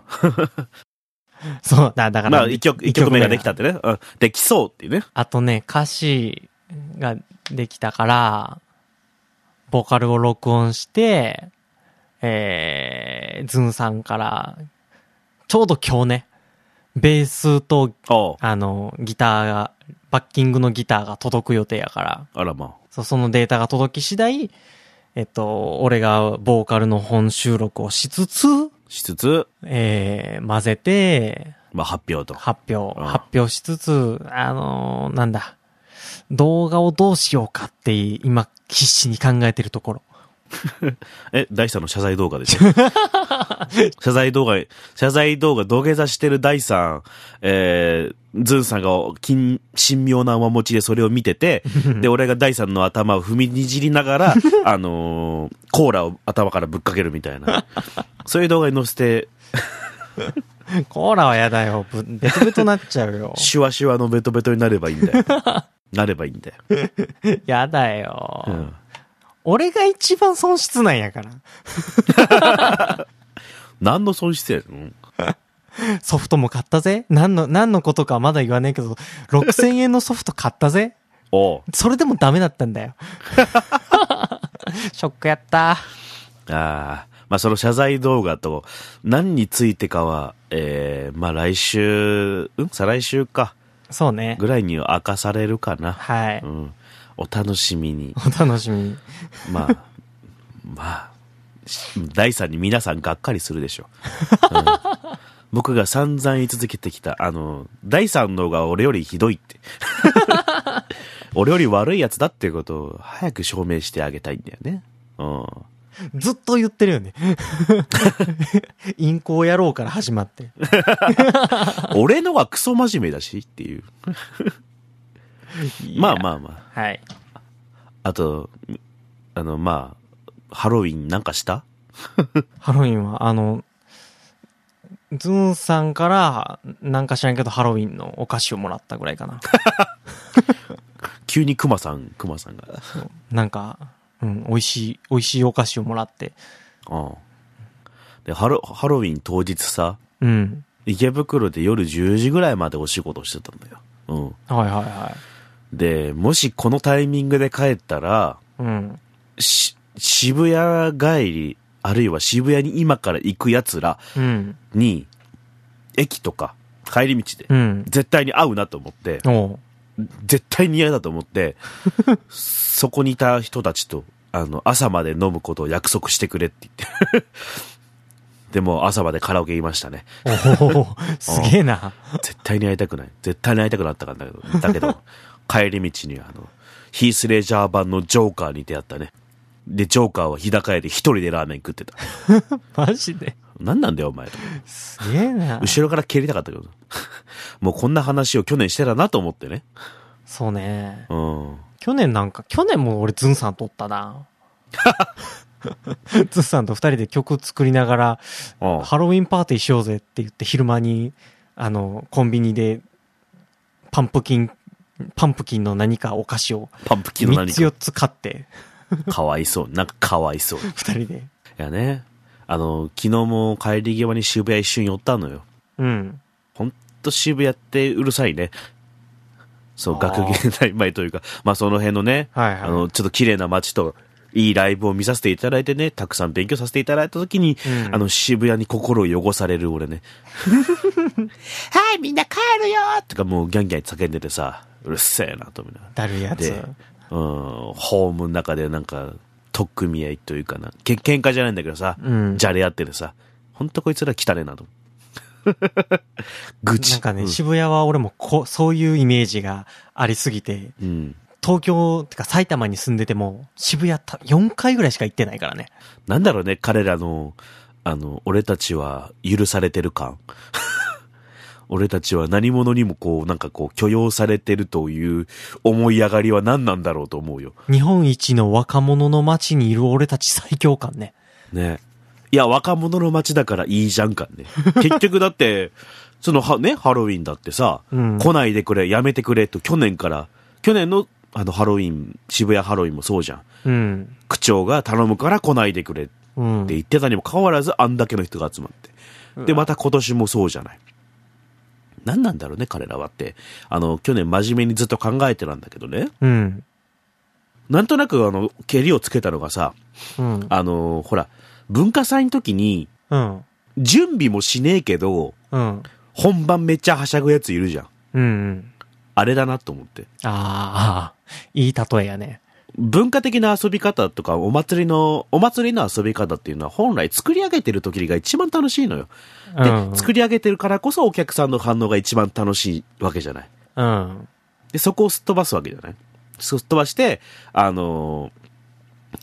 Speaker 2: そう、だだから、
Speaker 1: まあ、一曲、一曲目ができたってね。うん。できそうっていうね。
Speaker 2: あとね、歌詞ができたから、ボーカルを録音して、えー、ズンさんから、ちょうど今日ね、ベースと、
Speaker 1: ああ。
Speaker 2: あの、ギターが、バッキングのギターが届く予定やから、
Speaker 1: あらま
Speaker 2: そうそのデータが届き次第、えっと、俺がボーカルの本収録をしつつ、
Speaker 1: あ。しつつ、
Speaker 2: えー、混ぜて、
Speaker 1: まあ、発表と。
Speaker 2: 発表、
Speaker 1: うん
Speaker 2: 発表しつつ、あのーなんだ、動画をどうしようかって、今、必死に考えてるところ。
Speaker 1: え、大さんの謝罪動画でしょ 謝罪動画、謝罪動画、土下座してる大さん、えー、ズンさんが、金、神妙な面持ちでそれを見てて、で、俺が大さんの頭を踏みにじりながら、あのーコーラを頭からぶっかけるみたいな。そういう動画に載せて、。
Speaker 2: コーラはやだよ。ぶベトベトなっちゃうよ
Speaker 1: シュワシュワのベトベトになればいいんだよ。なればいいんだよ。
Speaker 2: やだよ、
Speaker 1: うん。
Speaker 2: 俺が一番損失なんやから。
Speaker 1: 何の損失やの
Speaker 2: ソフトも買ったぜ。何の、何のことかはまだ言わねえけど、6000円のソフト買ったぜ。
Speaker 1: おう
Speaker 2: それでもダメだったんだよ。ショックやった。
Speaker 1: ああ、まあその謝罪動画と何についてかは、ええまあ来週、うん再来週か、
Speaker 2: そうね。
Speaker 1: ぐらいには明かされるかな。
Speaker 2: はい。
Speaker 1: うん。お楽しみに。
Speaker 2: お楽しみに。
Speaker 1: まあ、 まあ、し第三に皆さんがっかりするでしょう。うん僕が散々言い続けてきた、あの、第三の方が俺よりひどいって。 俺より悪いやつだっていうことを早く証明してあげたいんだよね。うん。
Speaker 2: ずっと言ってるよね。陰行野郎から始まって。
Speaker 1: 俺のがクソ真面目だしっていう。まあまあま
Speaker 2: あ。はい。
Speaker 1: あ。あと、あの、まあ、ハロウィンなんかした
Speaker 2: ハロウィンは、あの、ズンさんから、なんか知らんけど、ハロウィンのお菓子をもらったぐらいかな。
Speaker 1: 急にクマさん、クマさんが。
Speaker 2: なんか、うん、美味しい、美味しいお菓子をもらって。
Speaker 1: うん。で、ハロ、ハロウィン当日さ、
Speaker 2: うん。
Speaker 1: 池袋で夜10時ぐらいまでお仕事してたんだよ。うん。
Speaker 2: はいはいは
Speaker 1: で、もしこのタイミングで帰ったら、
Speaker 2: い。うん。
Speaker 1: し、渋谷帰り、あるいは渋谷に今から行く奴ら
Speaker 2: うん。
Speaker 1: に、駅とか、帰り道で、
Speaker 2: うん。
Speaker 1: 絶対に会うなと思って、
Speaker 2: おう
Speaker 1: 絶対に嫌だと思って、そこにいた人たちと、あの、朝まで飲むことを約束してくれって言って。 でも、朝までカラオケ言いましたね。
Speaker 2: おお、すげえな。
Speaker 1: 絶対に会いたくない。絶対に会いたくなったからだけど、だけど、帰り道にあの、ヒースレジャー版のジョーカーに出会ったね。で、ジョーカーは日高屋で一人でラーメン食ってた。
Speaker 2: マジで。
Speaker 1: 何なんだよ、お前と。
Speaker 2: すげえな。
Speaker 1: 後ろから蹴りたかったけど。 もうこんな話を去年してたなと思ってね。
Speaker 2: そうね。
Speaker 1: うん。
Speaker 2: 去年なんか、去年も俺ズンさんとおっ たな。ズンさんと二人で曲作りながら、
Speaker 1: うん
Speaker 2: ハロウィンパーティーしようぜって言って昼間に、あの、コンビニで、パンプキン、パンプキンの何かお菓子を、
Speaker 1: パンプキンの
Speaker 2: 3
Speaker 1: 何
Speaker 2: つ
Speaker 1: か
Speaker 2: 4つ買って、
Speaker 1: かわいそう。なんかかわいそう。
Speaker 2: 二人で。
Speaker 1: いやね。あの、昨日も帰り際に渋谷一瞬寄ったのよ。
Speaker 2: うん。
Speaker 1: ほんと渋谷ってうるさいね。そう、
Speaker 2: あー
Speaker 1: 学芸大前というか、まあその辺のね、
Speaker 2: はいはい。
Speaker 1: あの、ちょっと綺麗な街と、いいライブを見させていただいてね、たくさん勉強させていただいたときに、
Speaker 2: うん
Speaker 1: あの、渋谷に心を汚される俺ね。はい、みんな帰るよーとかもうギャンギャン叫んでてさ、うるせえなと思いながら。
Speaker 2: だるいやつ
Speaker 1: で。、うん、ホームの中でなんか、取っ組み合いというかな、け喧嘩じゃないんだけどさ、
Speaker 2: うん
Speaker 1: じゃれ合っててさ、ほんとこいつら汚ねえ なと。愚痴。
Speaker 2: なんかね、
Speaker 1: うん
Speaker 2: 渋谷は俺もこう、そういうイメージがありすぎて、
Speaker 1: うん。
Speaker 2: 東京、てか埼玉に住んでても、渋谷た4回ぐらいしか行ってないからね。
Speaker 1: なんだろうね、彼らの、あの、俺たちは許されてる感。 俺たちは何者にもこう、なんかこう、許容されてるという思い上がりは何なんだろうと思うよ。
Speaker 2: 日本一の若者の街にいる俺たち最強感ね。
Speaker 1: ね。いや、若者の街だからいいじゃんか ね。結局だって、そのは、ね、ハロウィンだってさ、
Speaker 2: うん
Speaker 1: 来ないでくれ、やめてくれと去年から、去年のあのハロウィン、渋谷ハロウィンもそうじゃん。
Speaker 2: うん。
Speaker 1: 区長が頼むから来ないでくれって
Speaker 2: うん。
Speaker 1: 言ってたにもかかわらず、あんだけの人が集まって。で、また今年もそうじゃない。何なんだろうね、彼らはって。あの、去年真面目にずっと考えてたんだけどね。
Speaker 2: うん。
Speaker 1: なんとなく、あの、蹴りをつけたのがさ、
Speaker 2: うん。
Speaker 1: あの、ほら、文化祭の時に、
Speaker 2: うん。
Speaker 1: 準備もしねえけど、
Speaker 2: うん。
Speaker 1: 本番めっちゃはしゃぐやついるじゃん。
Speaker 2: うん。
Speaker 1: あれだなと思って。
Speaker 2: ああ、いい例えやね。
Speaker 1: 文化的な遊び方とか、お祭りの、お祭りの遊び方っていうのは本来作り上げてる時が一番楽しいのよ。で、
Speaker 2: うん
Speaker 1: 作り上げてるからこそお客さんの反応が一番楽しいわけじゃない。
Speaker 2: うん。
Speaker 1: で、そこをすっ飛ばすわけじゃない。すっ飛ばして、あのー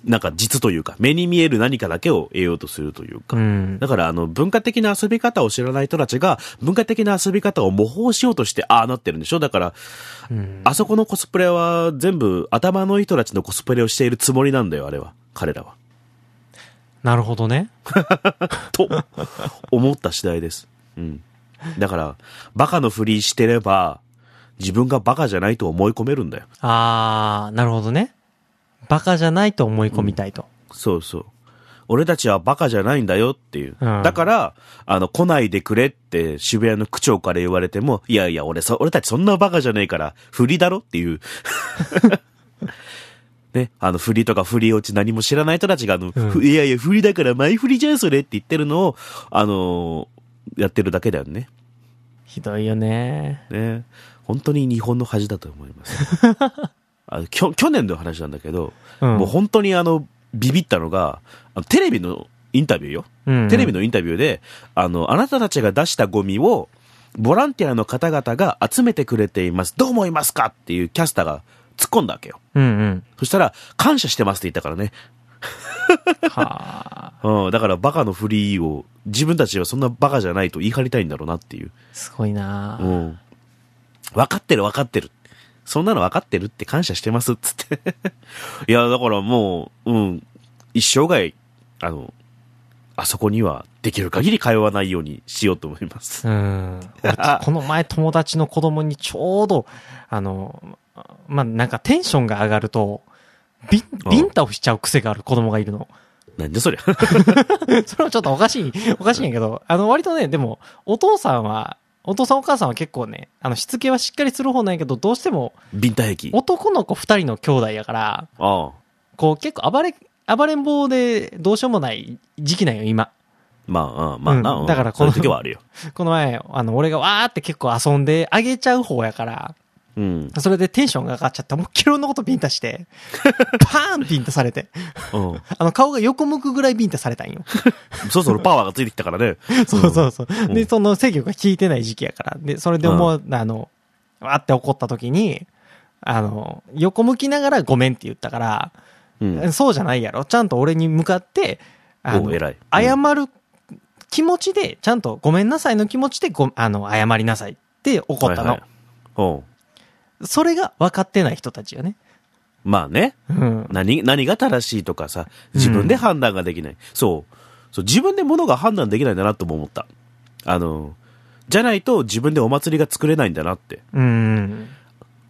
Speaker 1: なんか実というか、目に見える何かだけを得ようとするというか
Speaker 2: う。ん。
Speaker 1: だから、あの、文化的な遊び方を知らない人たちが、文化的な遊び方を模倣しようとして、ああなってるんでしょだから、
Speaker 2: うん
Speaker 1: あそこのコスプレは全部頭のいい人たちのコスプレをしているつもりなんだよ、あれは。彼らは。
Speaker 2: なるほどね。
Speaker 1: と、思った次第です。うん。だから、バカのふりしてれば、自分がバカじゃないと思い込めるんだよ。
Speaker 2: ああ、なるほどね。バカじゃないと思い込みたいと。
Speaker 1: そうそう。俺たちはバカじゃないんだよっていう。
Speaker 2: うん
Speaker 1: だから、あの、来ないでくれって渋谷の区長から言われても、いやいや、俺そ、俺たちそんなバカじゃねえから、振りだろって いう。ね、あの、振りとか振り落ち何も知らない人たちが、あの、
Speaker 2: うん
Speaker 1: ふいやいや、振りだから前振りじゃん、それって言ってるのを、あのーやってるだけだよね。
Speaker 2: ひどいよね。
Speaker 1: ね。本当に日本の恥だと思います。 あのきょ去年の話なんだけど、
Speaker 2: うん
Speaker 1: もう本当にあの、ビビったのが、あのテレビのインタビューよ。
Speaker 2: うん
Speaker 1: テレビのインタビューで、あの、あなたたちが出したゴミを、ボランティアの方々が集めてくれています。どう思いますかっていうキャスターが突っ込んだわけよ。
Speaker 2: うん
Speaker 1: そしたら、感謝してますって言ったからね。
Speaker 2: うん。はあ。
Speaker 1: うん、だからバカのフリーを、自分たちはそんなバカじゃないと言い張りたいんだろうなっていう。
Speaker 2: すごいな
Speaker 1: う。ん。分かってる分かってる。そんなの分かってるって感謝してますっつって。 いや、だからもう、うん、一生涯、あの、あそこにはできる限り通わないようにしようと思います。
Speaker 2: うん。俺この前友達の子供にちょうど、あの、まあ、なんかテンションが上がると、ビン、ビンタをしちゃう癖がある子供がいるの。
Speaker 1: なんでそりゃ。
Speaker 2: それはちょっとおかしい、おかしいんやけど、あの、割とね、でも、お父さんは、お父さんお母さんは結構ね、あの、しつけはしっかりする方なんやけど、どうしても、
Speaker 1: ビンタ兵器。
Speaker 2: 男の子二人の兄弟やから、
Speaker 1: ああ。
Speaker 2: こう結構暴れ、暴れん坊でどうしようもない時期なんよ、今。
Speaker 1: まあ、うんまあな。
Speaker 2: うん
Speaker 1: うん
Speaker 2: だからこ
Speaker 1: そう
Speaker 2: の
Speaker 1: いう時はあるよ。
Speaker 2: この前、あの、俺がわーって結構遊んであげちゃう方やから、
Speaker 1: うん。
Speaker 2: それでテンションが上がっちゃって、思いっきり俺のことビンタして、 パーンビンタされて、
Speaker 1: うん。
Speaker 2: あの顔が横向くぐらいビンタされたんよ。
Speaker 1: そろそろパワーがついてきたからね。
Speaker 2: そうそうそう。
Speaker 1: ん
Speaker 2: で、その制御が効いてない時期やから。で、それでもう、あの、わーって怒った時に、あの、横向きながらごめんって言ったから、
Speaker 1: うん。
Speaker 2: そうじゃないやろ。ちゃんと俺に向かって、あ
Speaker 1: お
Speaker 2: の、
Speaker 1: う偉い
Speaker 2: 謝る気持ちで、ちゃんとごめんなさいの気持ちでご、あの、謝りなさいって怒ったの。
Speaker 1: はいはいうん。
Speaker 2: それが分かってない人たちよね。
Speaker 1: まあね。
Speaker 2: うん。
Speaker 1: 何、何が正しいとかさ、自分で判断ができない。そう。そう、自分で物が判断できないんだなとも思った。あの、じゃないと自分でお祭りが作れないんだなって。
Speaker 2: うん。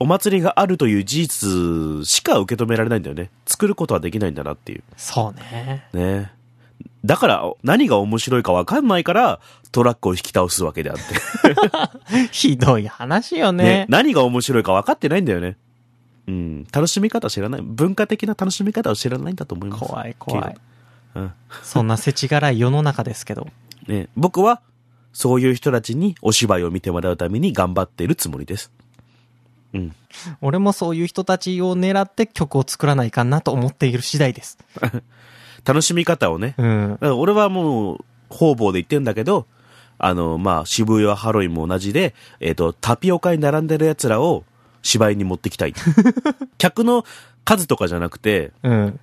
Speaker 1: お祭りがあるという事実しか受け止められないんだよね。作ることはできないんだなっていう。
Speaker 2: そうね。
Speaker 1: ね。だから、お何が面白いかわかんないから、トラックを引き倒すわけであって。
Speaker 2: ひどい話 よ
Speaker 1: ね
Speaker 2: ね。
Speaker 1: 何が面白いか分かってないんだよね。うん。楽しみ方知らない。文化的な楽しみ方を知らないんだと思います。
Speaker 2: 怖い怖い。
Speaker 1: うん。
Speaker 2: そんな世知辛い世の中ですけど。
Speaker 1: ね、僕は、そういう人たちにお芝居を見てもらうために頑張っているつもりです。うん。
Speaker 2: 俺もそういう人たちを狙って曲を作らないかなと思っている次第です。
Speaker 1: 楽しみ方をね。
Speaker 2: うん。
Speaker 1: だから俺はもう、方々で言ってんだけど、あの、まあ、渋谷ハロウィンも同じで、えっ、と、タピオカに並んでる奴らを芝居に持ってきたい。客の数とかじゃなくて、
Speaker 2: うん。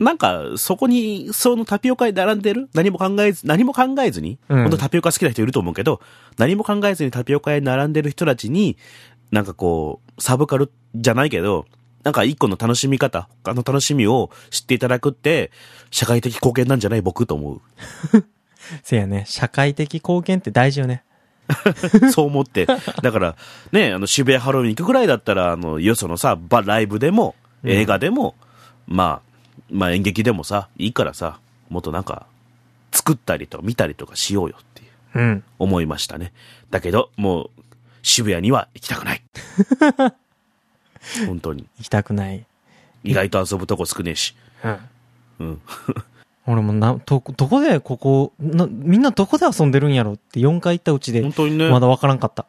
Speaker 1: なんか、そこに、そのタピオカに並んでる何も考えず、何も考えずに、
Speaker 2: うん
Speaker 1: 本当タピオカ好きな人いると思うけど、何も考えずにタピオカに並んでる人たちに、なんかこう、サブカルじゃないけど、なんか一個の楽しみ方、他の楽しみを知っていただくって、社会的貢献なんじゃない僕と思
Speaker 2: せやね。社会的貢献って大事よね。
Speaker 1: う。 そう思って。だから、ね、あの、渋谷ハロウィン行くぐらいだったら、あの、よそのさ、ばライブでも、映画でも、まあ、まあ演劇でもさ、いいからさ、もっとなんか、作ったりとか見たりとかしようよっていう。
Speaker 2: うん。
Speaker 1: 思いましたね。だけど、もう、渋谷には行きたく ない。本当に。
Speaker 2: 行きたくない。
Speaker 1: 意外と遊ぶとこ少ねえし。
Speaker 2: う
Speaker 1: う
Speaker 2: ん。
Speaker 1: ん。
Speaker 2: 俺もな、ど、どこでここ、な、みんなどこで遊んでるんやろって4回行ったうちで
Speaker 1: 本、当にね。
Speaker 2: まだわからんかった。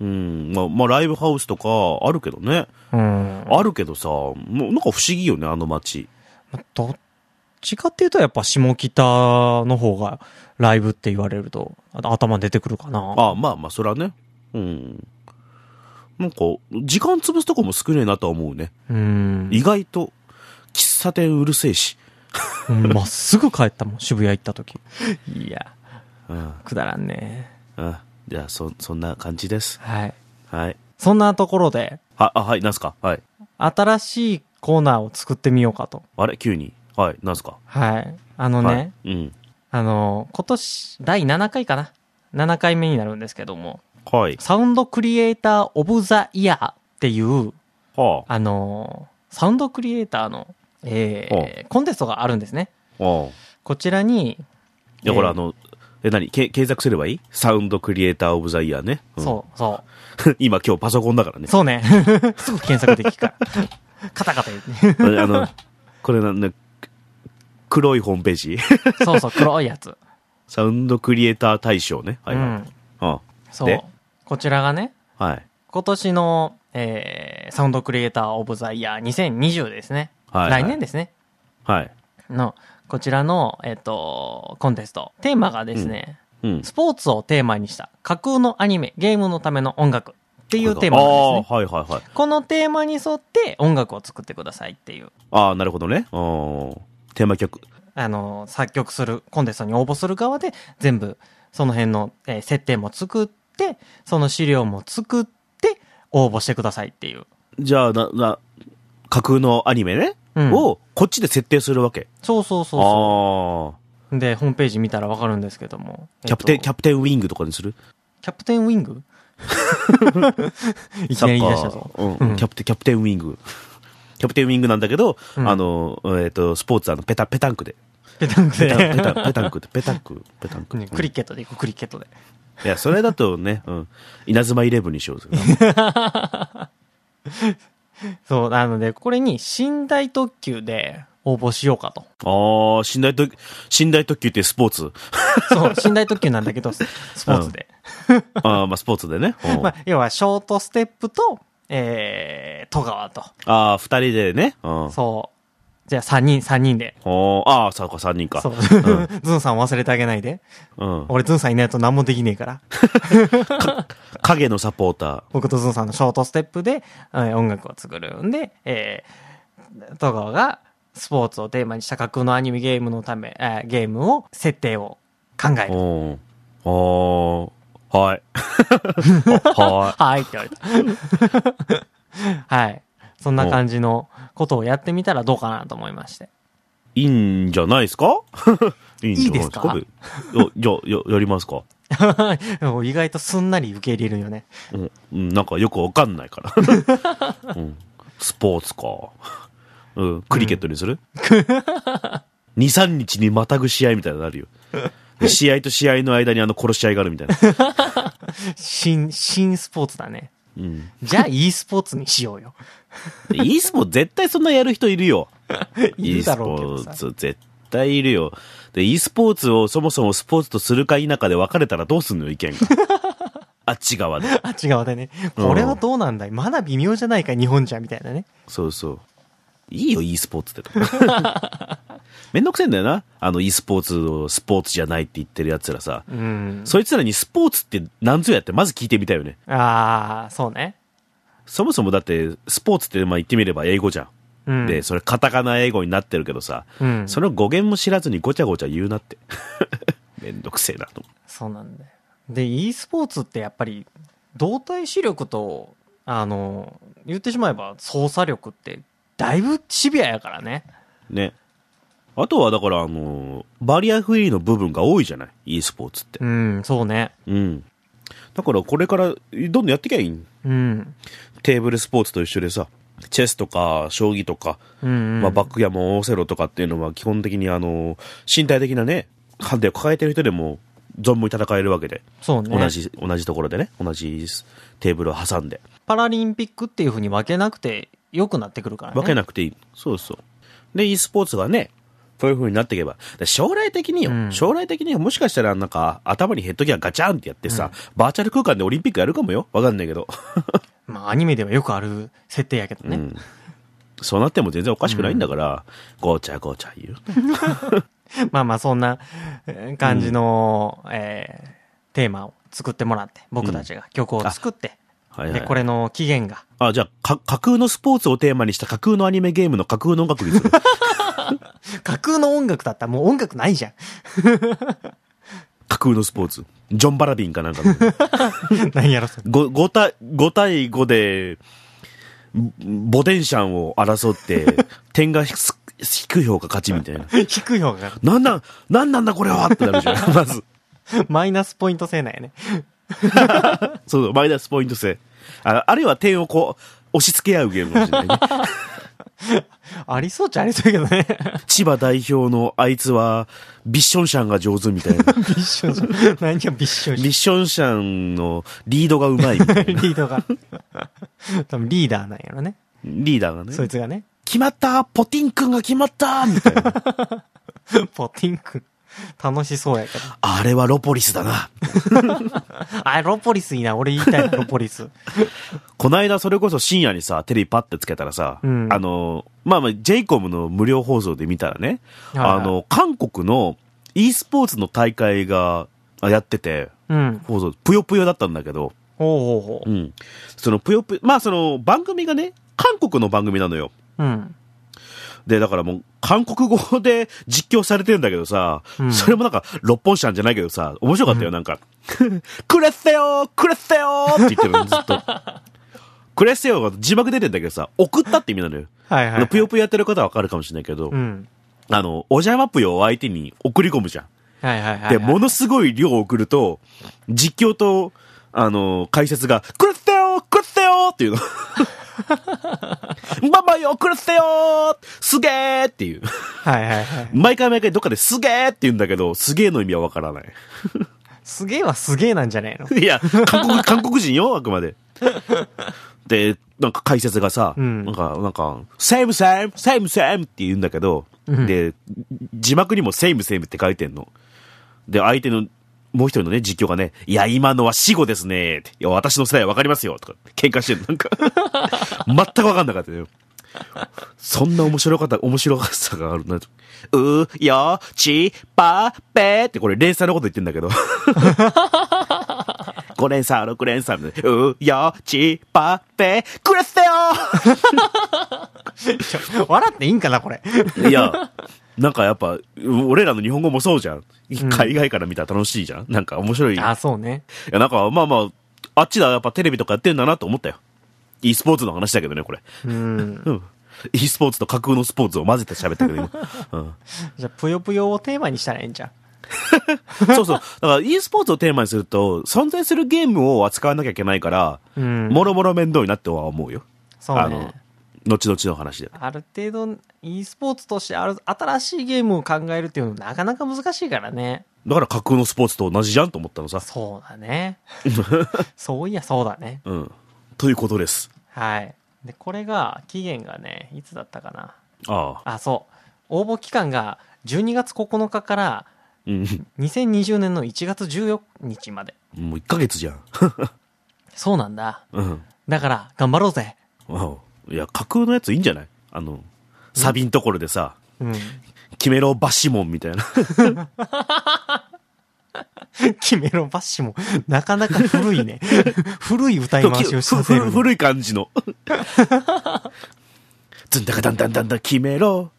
Speaker 1: うん。まあ、まあ、ライブハウスとかあるけどね。
Speaker 2: うん。
Speaker 1: あるけどさ、もうなんか不思議よね、あの街。
Speaker 2: どっちかっていうとやっぱ下北の方がライブって言われるとあ頭出てくるかな。
Speaker 1: ああ、まあまあ、そらね。うん。なんか、時間潰すとこも少ねえなとは思うね。
Speaker 2: うん。
Speaker 1: 意外と、喫茶店うるせえし。
Speaker 2: うんまっすぐ帰ったもん、渋谷行った時。いや、
Speaker 1: うん。
Speaker 2: くだらんね。
Speaker 1: うん。じゃあ、そ、そんな感じです。
Speaker 2: はい。
Speaker 1: はい。
Speaker 2: そんなところで、
Speaker 1: は、あ、はい、なんすかはい。
Speaker 2: 新しいコーナーを作ってみようかと。
Speaker 1: あれ急に。はい、なんすか
Speaker 2: はい。あのね、
Speaker 1: はい。うん。
Speaker 2: あの、今年、第7回かな。7回目になるんですけども、
Speaker 1: はい。
Speaker 2: サウンドクリエイター・オブ・ザ・イヤーっていう、
Speaker 1: はあ。
Speaker 2: あの、サウンドクリエイターの、えー、コンテストがあるんですね。
Speaker 1: ああ。
Speaker 2: こちらに、
Speaker 1: いや、
Speaker 2: えー
Speaker 1: ほら、あの、え、何け検索すればいいサウンドクリエイターオブザイヤーね。
Speaker 2: そう、そう、
Speaker 1: うん。 今、今日パソコンだからね。
Speaker 2: そうね。 すぐ検索で きるから。カタカタ言って。
Speaker 1: あの、これなんだ、黒いホームページ
Speaker 2: そうそう、黒いやつ。
Speaker 1: サウンドクリエイター大賞ね。はい、
Speaker 2: う
Speaker 1: はい。
Speaker 2: ん。
Speaker 1: あ
Speaker 2: そ
Speaker 1: で
Speaker 2: う。こちらがね、
Speaker 1: あはい。
Speaker 2: 今年の、えーサウンドクリエイターオブザイヤー2020ですね。
Speaker 1: はいはい
Speaker 2: 来年ですね。
Speaker 1: はい。
Speaker 2: の、こちらの、えっ、と、コンテスト。テーマがですね、
Speaker 1: うん。
Speaker 2: スポーツをテーマにした架空のアニメ、ゲームのための音楽っていうテーマ
Speaker 1: あ
Speaker 2: なんです
Speaker 1: あ
Speaker 2: ね。
Speaker 1: ー、はいはいはい。
Speaker 2: このテーマに沿って音楽を作ってくださいっていう、
Speaker 1: ああ、なるほどね。うん。テーマ曲。
Speaker 2: あの、作曲する、コンテストに応募する側で全部その辺の、えー設定も作って、その資料も作って応募してくださいっていう。
Speaker 1: じゃあ、な、な、架空のアニメね。
Speaker 2: うん
Speaker 1: を、こっちで設定するわけ。
Speaker 2: そうそうそうそ
Speaker 1: ああ。
Speaker 2: う。で、ホームページ見たらわかるんですけども。
Speaker 1: キャプテン、キ
Speaker 2: ャ
Speaker 1: ャプテンウィングとかにする
Speaker 2: キャプテンウィングいき
Speaker 1: サ
Speaker 2: なり
Speaker 1: ッ
Speaker 2: 言い出し
Speaker 1: カ
Speaker 2: たぞ。
Speaker 1: ー、うん、キャプテン、キャプテンウィング。 キャプテンウィングなんだけど、
Speaker 2: うん
Speaker 1: あの、えっ、と、スポーツ、あの、ペタ、ペタンクで。
Speaker 2: ペタンク
Speaker 1: ペタン、ペ
Speaker 2: で。
Speaker 1: タン、ペタンクで、ペタンク、ペタンク。
Speaker 2: ねクリケットでいく、クリケットで。
Speaker 1: いや、それだとね、うん。稲妻イレブンにしようぜ。
Speaker 2: そう、なので、これに寝台特急で応募しようかと。
Speaker 1: ああ、寝台特、寝台特急ってスポー ツ。
Speaker 2: そう、寝台特急なんだけど、ススポーツで。
Speaker 1: ああ、まあ、スポーツでね。うん
Speaker 2: まあ、要は、ショートステップと、えー、戸川と。
Speaker 1: ああ、二人でね。うん。
Speaker 2: そう。じゃあ三人、三人で。
Speaker 1: ほうああ、そうか、三人か。
Speaker 2: そう。 ズンさん忘れてあげないで。
Speaker 1: うん。
Speaker 2: 俺ズンさんいないと何もできねえから。
Speaker 1: 影のサポータ
Speaker 2: 僕とズンさんのショートステップで、えー音楽を作るんで、えー、戸川がスポーツをテーマにした架空のアニメゲームのため、えーゲームを、設定を考え
Speaker 1: ー。う
Speaker 2: る。
Speaker 1: ん。おー。 はい。は
Speaker 2: はいって言われた。 はい。そんな感じのことをやってみたらどうかなと思いまして。
Speaker 1: い。いいんじゃないですか いいんじゃないですか
Speaker 2: いい
Speaker 1: よ、よ、よ、やりますか
Speaker 2: 意外とすんなり受け入れるよね。
Speaker 1: うんうん、なんかよくわかんないから。 うん、スポーツか。うん、クリケットにする、?2、3日にまたぐ試合みたいになる よ。で試合と試合の間にあの殺し合いがあるみたいな。
Speaker 2: 新、新スポーツだね。
Speaker 1: うん。
Speaker 2: じゃあ e スポーツにしよ うよ。
Speaker 1: で e スポーツ絶対そんなやる人いるよ。
Speaker 2: い
Speaker 1: e
Speaker 2: る
Speaker 1: ス
Speaker 2: だ
Speaker 1: ポ
Speaker 2: ろうけど
Speaker 1: ー
Speaker 2: さ。
Speaker 1: ツ絶対いるよ。で、e スポーツをそもそもスポーツとするか否かで分かれたらどうすんのよ、意 見が。あっち側で。
Speaker 2: あ、違うだね。
Speaker 1: うん
Speaker 2: これはどうなんだいまだ微妙じゃないか、日本じゃ、みたいなね。
Speaker 1: そうそう。いいよ、e スポーツってと。 めんどくせえんだよな。あの e スポーツをスポーツじゃないって言ってる奴らさ。
Speaker 2: うん。
Speaker 1: そいつらにスポーツって何ぞやってまず聞いてみたいよね。
Speaker 2: ああ、そうね。
Speaker 1: そもそもだって、スポーツってまあ言ってみれば英語じゃん。
Speaker 2: うん。
Speaker 1: で、それカタカナ英語になってるけどさ、
Speaker 2: うん。
Speaker 1: その語源も知らずにごちゃごちゃ言うなって。 めんどくせえなと思
Speaker 2: そうなんだよ。で、e スポーツってやっぱり、動体視力と、あの、言ってしまえば操作力って、だいぶシビアやからね。
Speaker 1: う。ね。あとはだから、あのーバリアフリーの部分が多いじゃない ?e スポーツって
Speaker 2: う。ん、そうね。
Speaker 1: うん。だからこれからどんどんやってきゃいいん
Speaker 2: うん。
Speaker 1: テーブルスポーツと一緒でさ、チェスとか、将棋とか、
Speaker 2: うん、うん。
Speaker 1: まあ、バックヤモン、オセロとかっていうのは基本的にあの、身体的なね、ハンデを抱えてる人でも、存分に戦えるわけで、
Speaker 2: そうね。
Speaker 1: 同じ、同じところでね、同じテーブルを挟んで、
Speaker 2: パラリンピックっていうふうに分けなくて良くなってくるからね。
Speaker 1: 分けなくていい。そうそう。で、e スポーツがね、そういう風になっていけば、で将来的によ、
Speaker 2: うん
Speaker 1: 将来的にはもしかしたらなんか、頭にヘッドギアガチャンってやってさ、バーチャル空間でオリンピックやるかもよわかんないけど。
Speaker 2: まあ、アニメではよくある設定やけどね。
Speaker 1: うんそうなっても全然おかしくないんだから、ごちゃごちゃ言う。
Speaker 2: まあまあ、そんなえー感じの、えーテーマを作ってもらって、僕たちが曲を作って、
Speaker 1: はいはい、
Speaker 2: で、これの期限が、
Speaker 1: あ、じゃあ、か架空のスポーツをテーマにした架空のアニメゲームの架空の音楽にする。
Speaker 2: 架空の音楽だったらもう音楽な いじゃん。
Speaker 1: 架空のスポーツ。ジョン・バラビンかなんか の。
Speaker 2: 何やろそれ。
Speaker 1: ごごた5対5で、ボデンシャンを争 って、点がひす低い方が勝ちみたいな。
Speaker 2: 低い方が、
Speaker 1: なんなん、なんなんだこれはってなるじゃん。まず。
Speaker 2: マイナスポイント性なんやね。
Speaker 1: そう、マイナスポイント制。ああるいは点をこう、押し付け合うゲームかもしれないね。
Speaker 2: ありそうっちゃありそうやけどね。
Speaker 1: 千葉代表のあいつは、ビッションシャンが上手みたいな。
Speaker 2: びっしょり。何がびっしょ
Speaker 1: ビ
Speaker 2: り。
Speaker 1: ッションシャンのリードがうまいみたいな。
Speaker 2: リードが。 多分リーダーなんやろね。
Speaker 1: リーダーがね。
Speaker 2: そいつがね。
Speaker 1: 決まったポティン君が決まったみたいな。
Speaker 2: ポティンク。楽しそうやけど。
Speaker 1: あれはロポリスだな。
Speaker 2: あ、ロポリスいいな。俺言いたいな、ロポリ ス。
Speaker 1: こないだそれこそ深夜にさ、テレビパッてつけたらさ、
Speaker 2: うん
Speaker 1: あの、まあまあ、j イコムの無料放送で見たらね、
Speaker 2: はいはい
Speaker 1: あの、韓国の e スポーツの大会があやってて、
Speaker 2: うん。
Speaker 1: 放送、ぷよぷよだったんだけど、
Speaker 2: ほうほうほ
Speaker 1: うん。そのぷよぷよ、まあその番組がね、韓国の番組なのよ。
Speaker 2: う。うん。
Speaker 1: で、だからもう、韓国語で実況されてんだけどさ、
Speaker 2: うん
Speaker 1: それもなんか、六本シャンじゃないけどさ、面白かったよ、なんか。 くれっせよーくれっせよーって言ってるの、ずっと。 くれっせよーが字幕出てんだけどさ、送ったって意味なのよ。
Speaker 2: はい
Speaker 1: あ
Speaker 2: は
Speaker 1: の
Speaker 2: い。
Speaker 1: ぷよぷよやってる方はわかるかもしれないけど、
Speaker 2: うん。
Speaker 1: あの、おじゃまぷよを相手に送り込むじゃん。
Speaker 2: はいはいはい。
Speaker 1: で、も、のすごい量を送ると、実況と、あの、解説が、くれっせよーくれっせよー っていう の。ママよ、くれっせよーすげーっていう。
Speaker 2: はいはいはい。
Speaker 1: 毎回毎回どっかですげーって言うんだけど、すげーの意味はわからない。
Speaker 2: すげえはすげえなんじゃねえの
Speaker 1: いや、韓国、 韓国人よ、あくまで。で、なんか解説がさ、
Speaker 2: うん
Speaker 1: なんか、なんか、セイムセイム、セイムセイムって言うんだけど、
Speaker 2: うん
Speaker 1: で、字幕にもセイムセイムって書いてんの。で、相手のもう一人のね、実況がね、いや、今のは死後ですねって。いや、私の世代はわかりますよとか、喧嘩してるなんか 全くわかんなかったよ。そんな面白かった、面白さがあるなと。うー、よ、ち、ぱ、ぺーってこれ連載のこと言ってんだけど。5連鎖、6連鎖、うー、よ、ち、ぱ、ぺー、くれっせよ
Speaker 2: 笑っていいんかな、これ。
Speaker 1: いや、なんかやっぱ、俺らの日本語もそうじゃん。海外から見たら楽しいじゃん。なんか面白い。いや、
Speaker 2: あ、そうね。
Speaker 1: なんかまあまあ、あっちだやっぱテレビとかやってんだなと思ったよ。e スポーツの話だけどね、これ。
Speaker 2: うん。
Speaker 1: うん。e スポーツと架空のスポーツを混ぜて喋ったけど、今。うん。
Speaker 2: じゃあ、ぷよぷよをテーマにしたらええんじゃん。
Speaker 1: そうそう。だから e スポーツをテーマにすると、存在するゲームを扱わなきゃいけないから、
Speaker 2: うん
Speaker 1: もろもろ面倒になっては思うよ。
Speaker 2: そう
Speaker 1: あの
Speaker 2: ね。、
Speaker 1: 後々の話で。
Speaker 2: ある程度、e スポーツとしてある新しいゲームを考えるっていうのはなかなか難しいからね。
Speaker 1: だから架空のスポーツと同じじゃんと思ったのさ。
Speaker 2: そうだね。そういや、そうだね。
Speaker 1: うん。ということです。
Speaker 2: はい。で、これが、期限がね、いつだったかな。
Speaker 1: ああ。
Speaker 2: あ、そう。応募期間が12月9日から
Speaker 1: うん。
Speaker 2: 2020年の1月14日まで。
Speaker 1: もう1ヶ月じゃん。
Speaker 2: そうなんだ。
Speaker 1: うん。
Speaker 2: だから、頑張ろうぜ。
Speaker 1: わおいや、架空のやついいんじゃないあの、サビんところでさ、
Speaker 2: うん。
Speaker 1: キメロバシモンみたいな。
Speaker 2: キメロバッシュも、なかなか古いね。古い歌い回しをさせる
Speaker 1: ふふ
Speaker 2: ね。
Speaker 1: 古い感じの。ずんだかだんだんだんだん決めろ。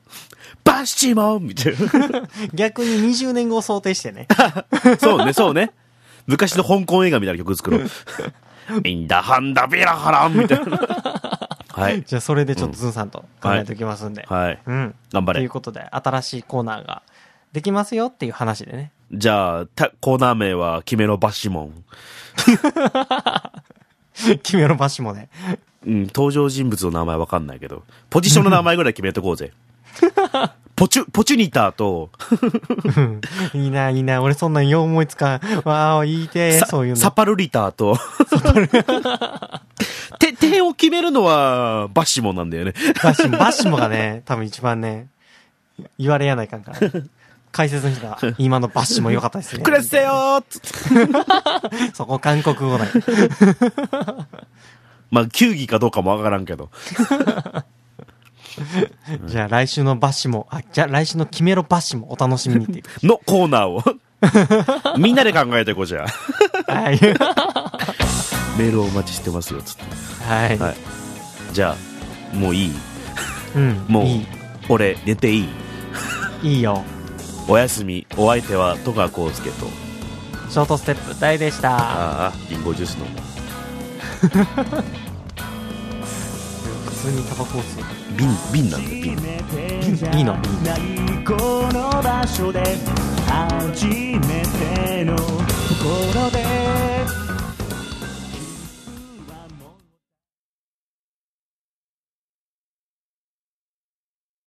Speaker 1: バシモンみたい
Speaker 2: 逆に20年後を想定してね。
Speaker 1: な。そうね、そうね。昔の香港映画みたいな曲作 ろう。インダハンダビラハランみたいな。はい。
Speaker 2: じゃあ、それでちょっとズンさんと考えておきますんで。
Speaker 1: はい。
Speaker 2: うん。
Speaker 1: 頑張
Speaker 2: とい
Speaker 1: れ
Speaker 2: う。ことで、新しいコーナーができますよっていう話でね。
Speaker 1: じゃあ、たコーナー名は、キメロバシモン。
Speaker 2: キメロバッシュもね。
Speaker 1: うん、登場人物の名前わかんないけど、ポジションの名前ぐらい決めとこう ぜ。ポチュ、ポチュニターと、
Speaker 2: いいな、いいな。俺そんなんよう思いつかん。わあ、いいて、
Speaker 1: サ
Speaker 2: そういう
Speaker 1: サ
Speaker 2: の。
Speaker 1: パルリターと、て、点を決めるのは、バッシモンなん だよね。
Speaker 2: バッシモ、バッシモがね、多分一番ね、言われやないかん から。解説の人が、今のバッシモ良かったですね。
Speaker 1: くれっせよーっつって
Speaker 2: そこ韓国語だよ。
Speaker 1: まあ、球技かどうかもわからんけど。
Speaker 2: じゃあ来週のバッシモ、あ、じゃあ来週のキメロバッシモお楽しみにっていう。
Speaker 1: のコーナーを。 みんなで考えていこうじゃあ。
Speaker 2: はい。
Speaker 1: メールをお待ちしてますよ、つって。
Speaker 2: はい。
Speaker 1: はいじゃあ、もういい
Speaker 2: うん。
Speaker 1: もう、
Speaker 2: いい。
Speaker 1: 俺、寝ていい
Speaker 2: いいよ。
Speaker 1: おやすみ。お相手は、戸川浩介と、
Speaker 2: ショートステップ大でした。
Speaker 1: ああ、リンゴジュース飲んだ。
Speaker 2: 普通にタバコを吸う。
Speaker 1: 瓶、瓶なんだよ、瓶。
Speaker 2: いいの
Speaker 3: ないこの場所で初めてのところで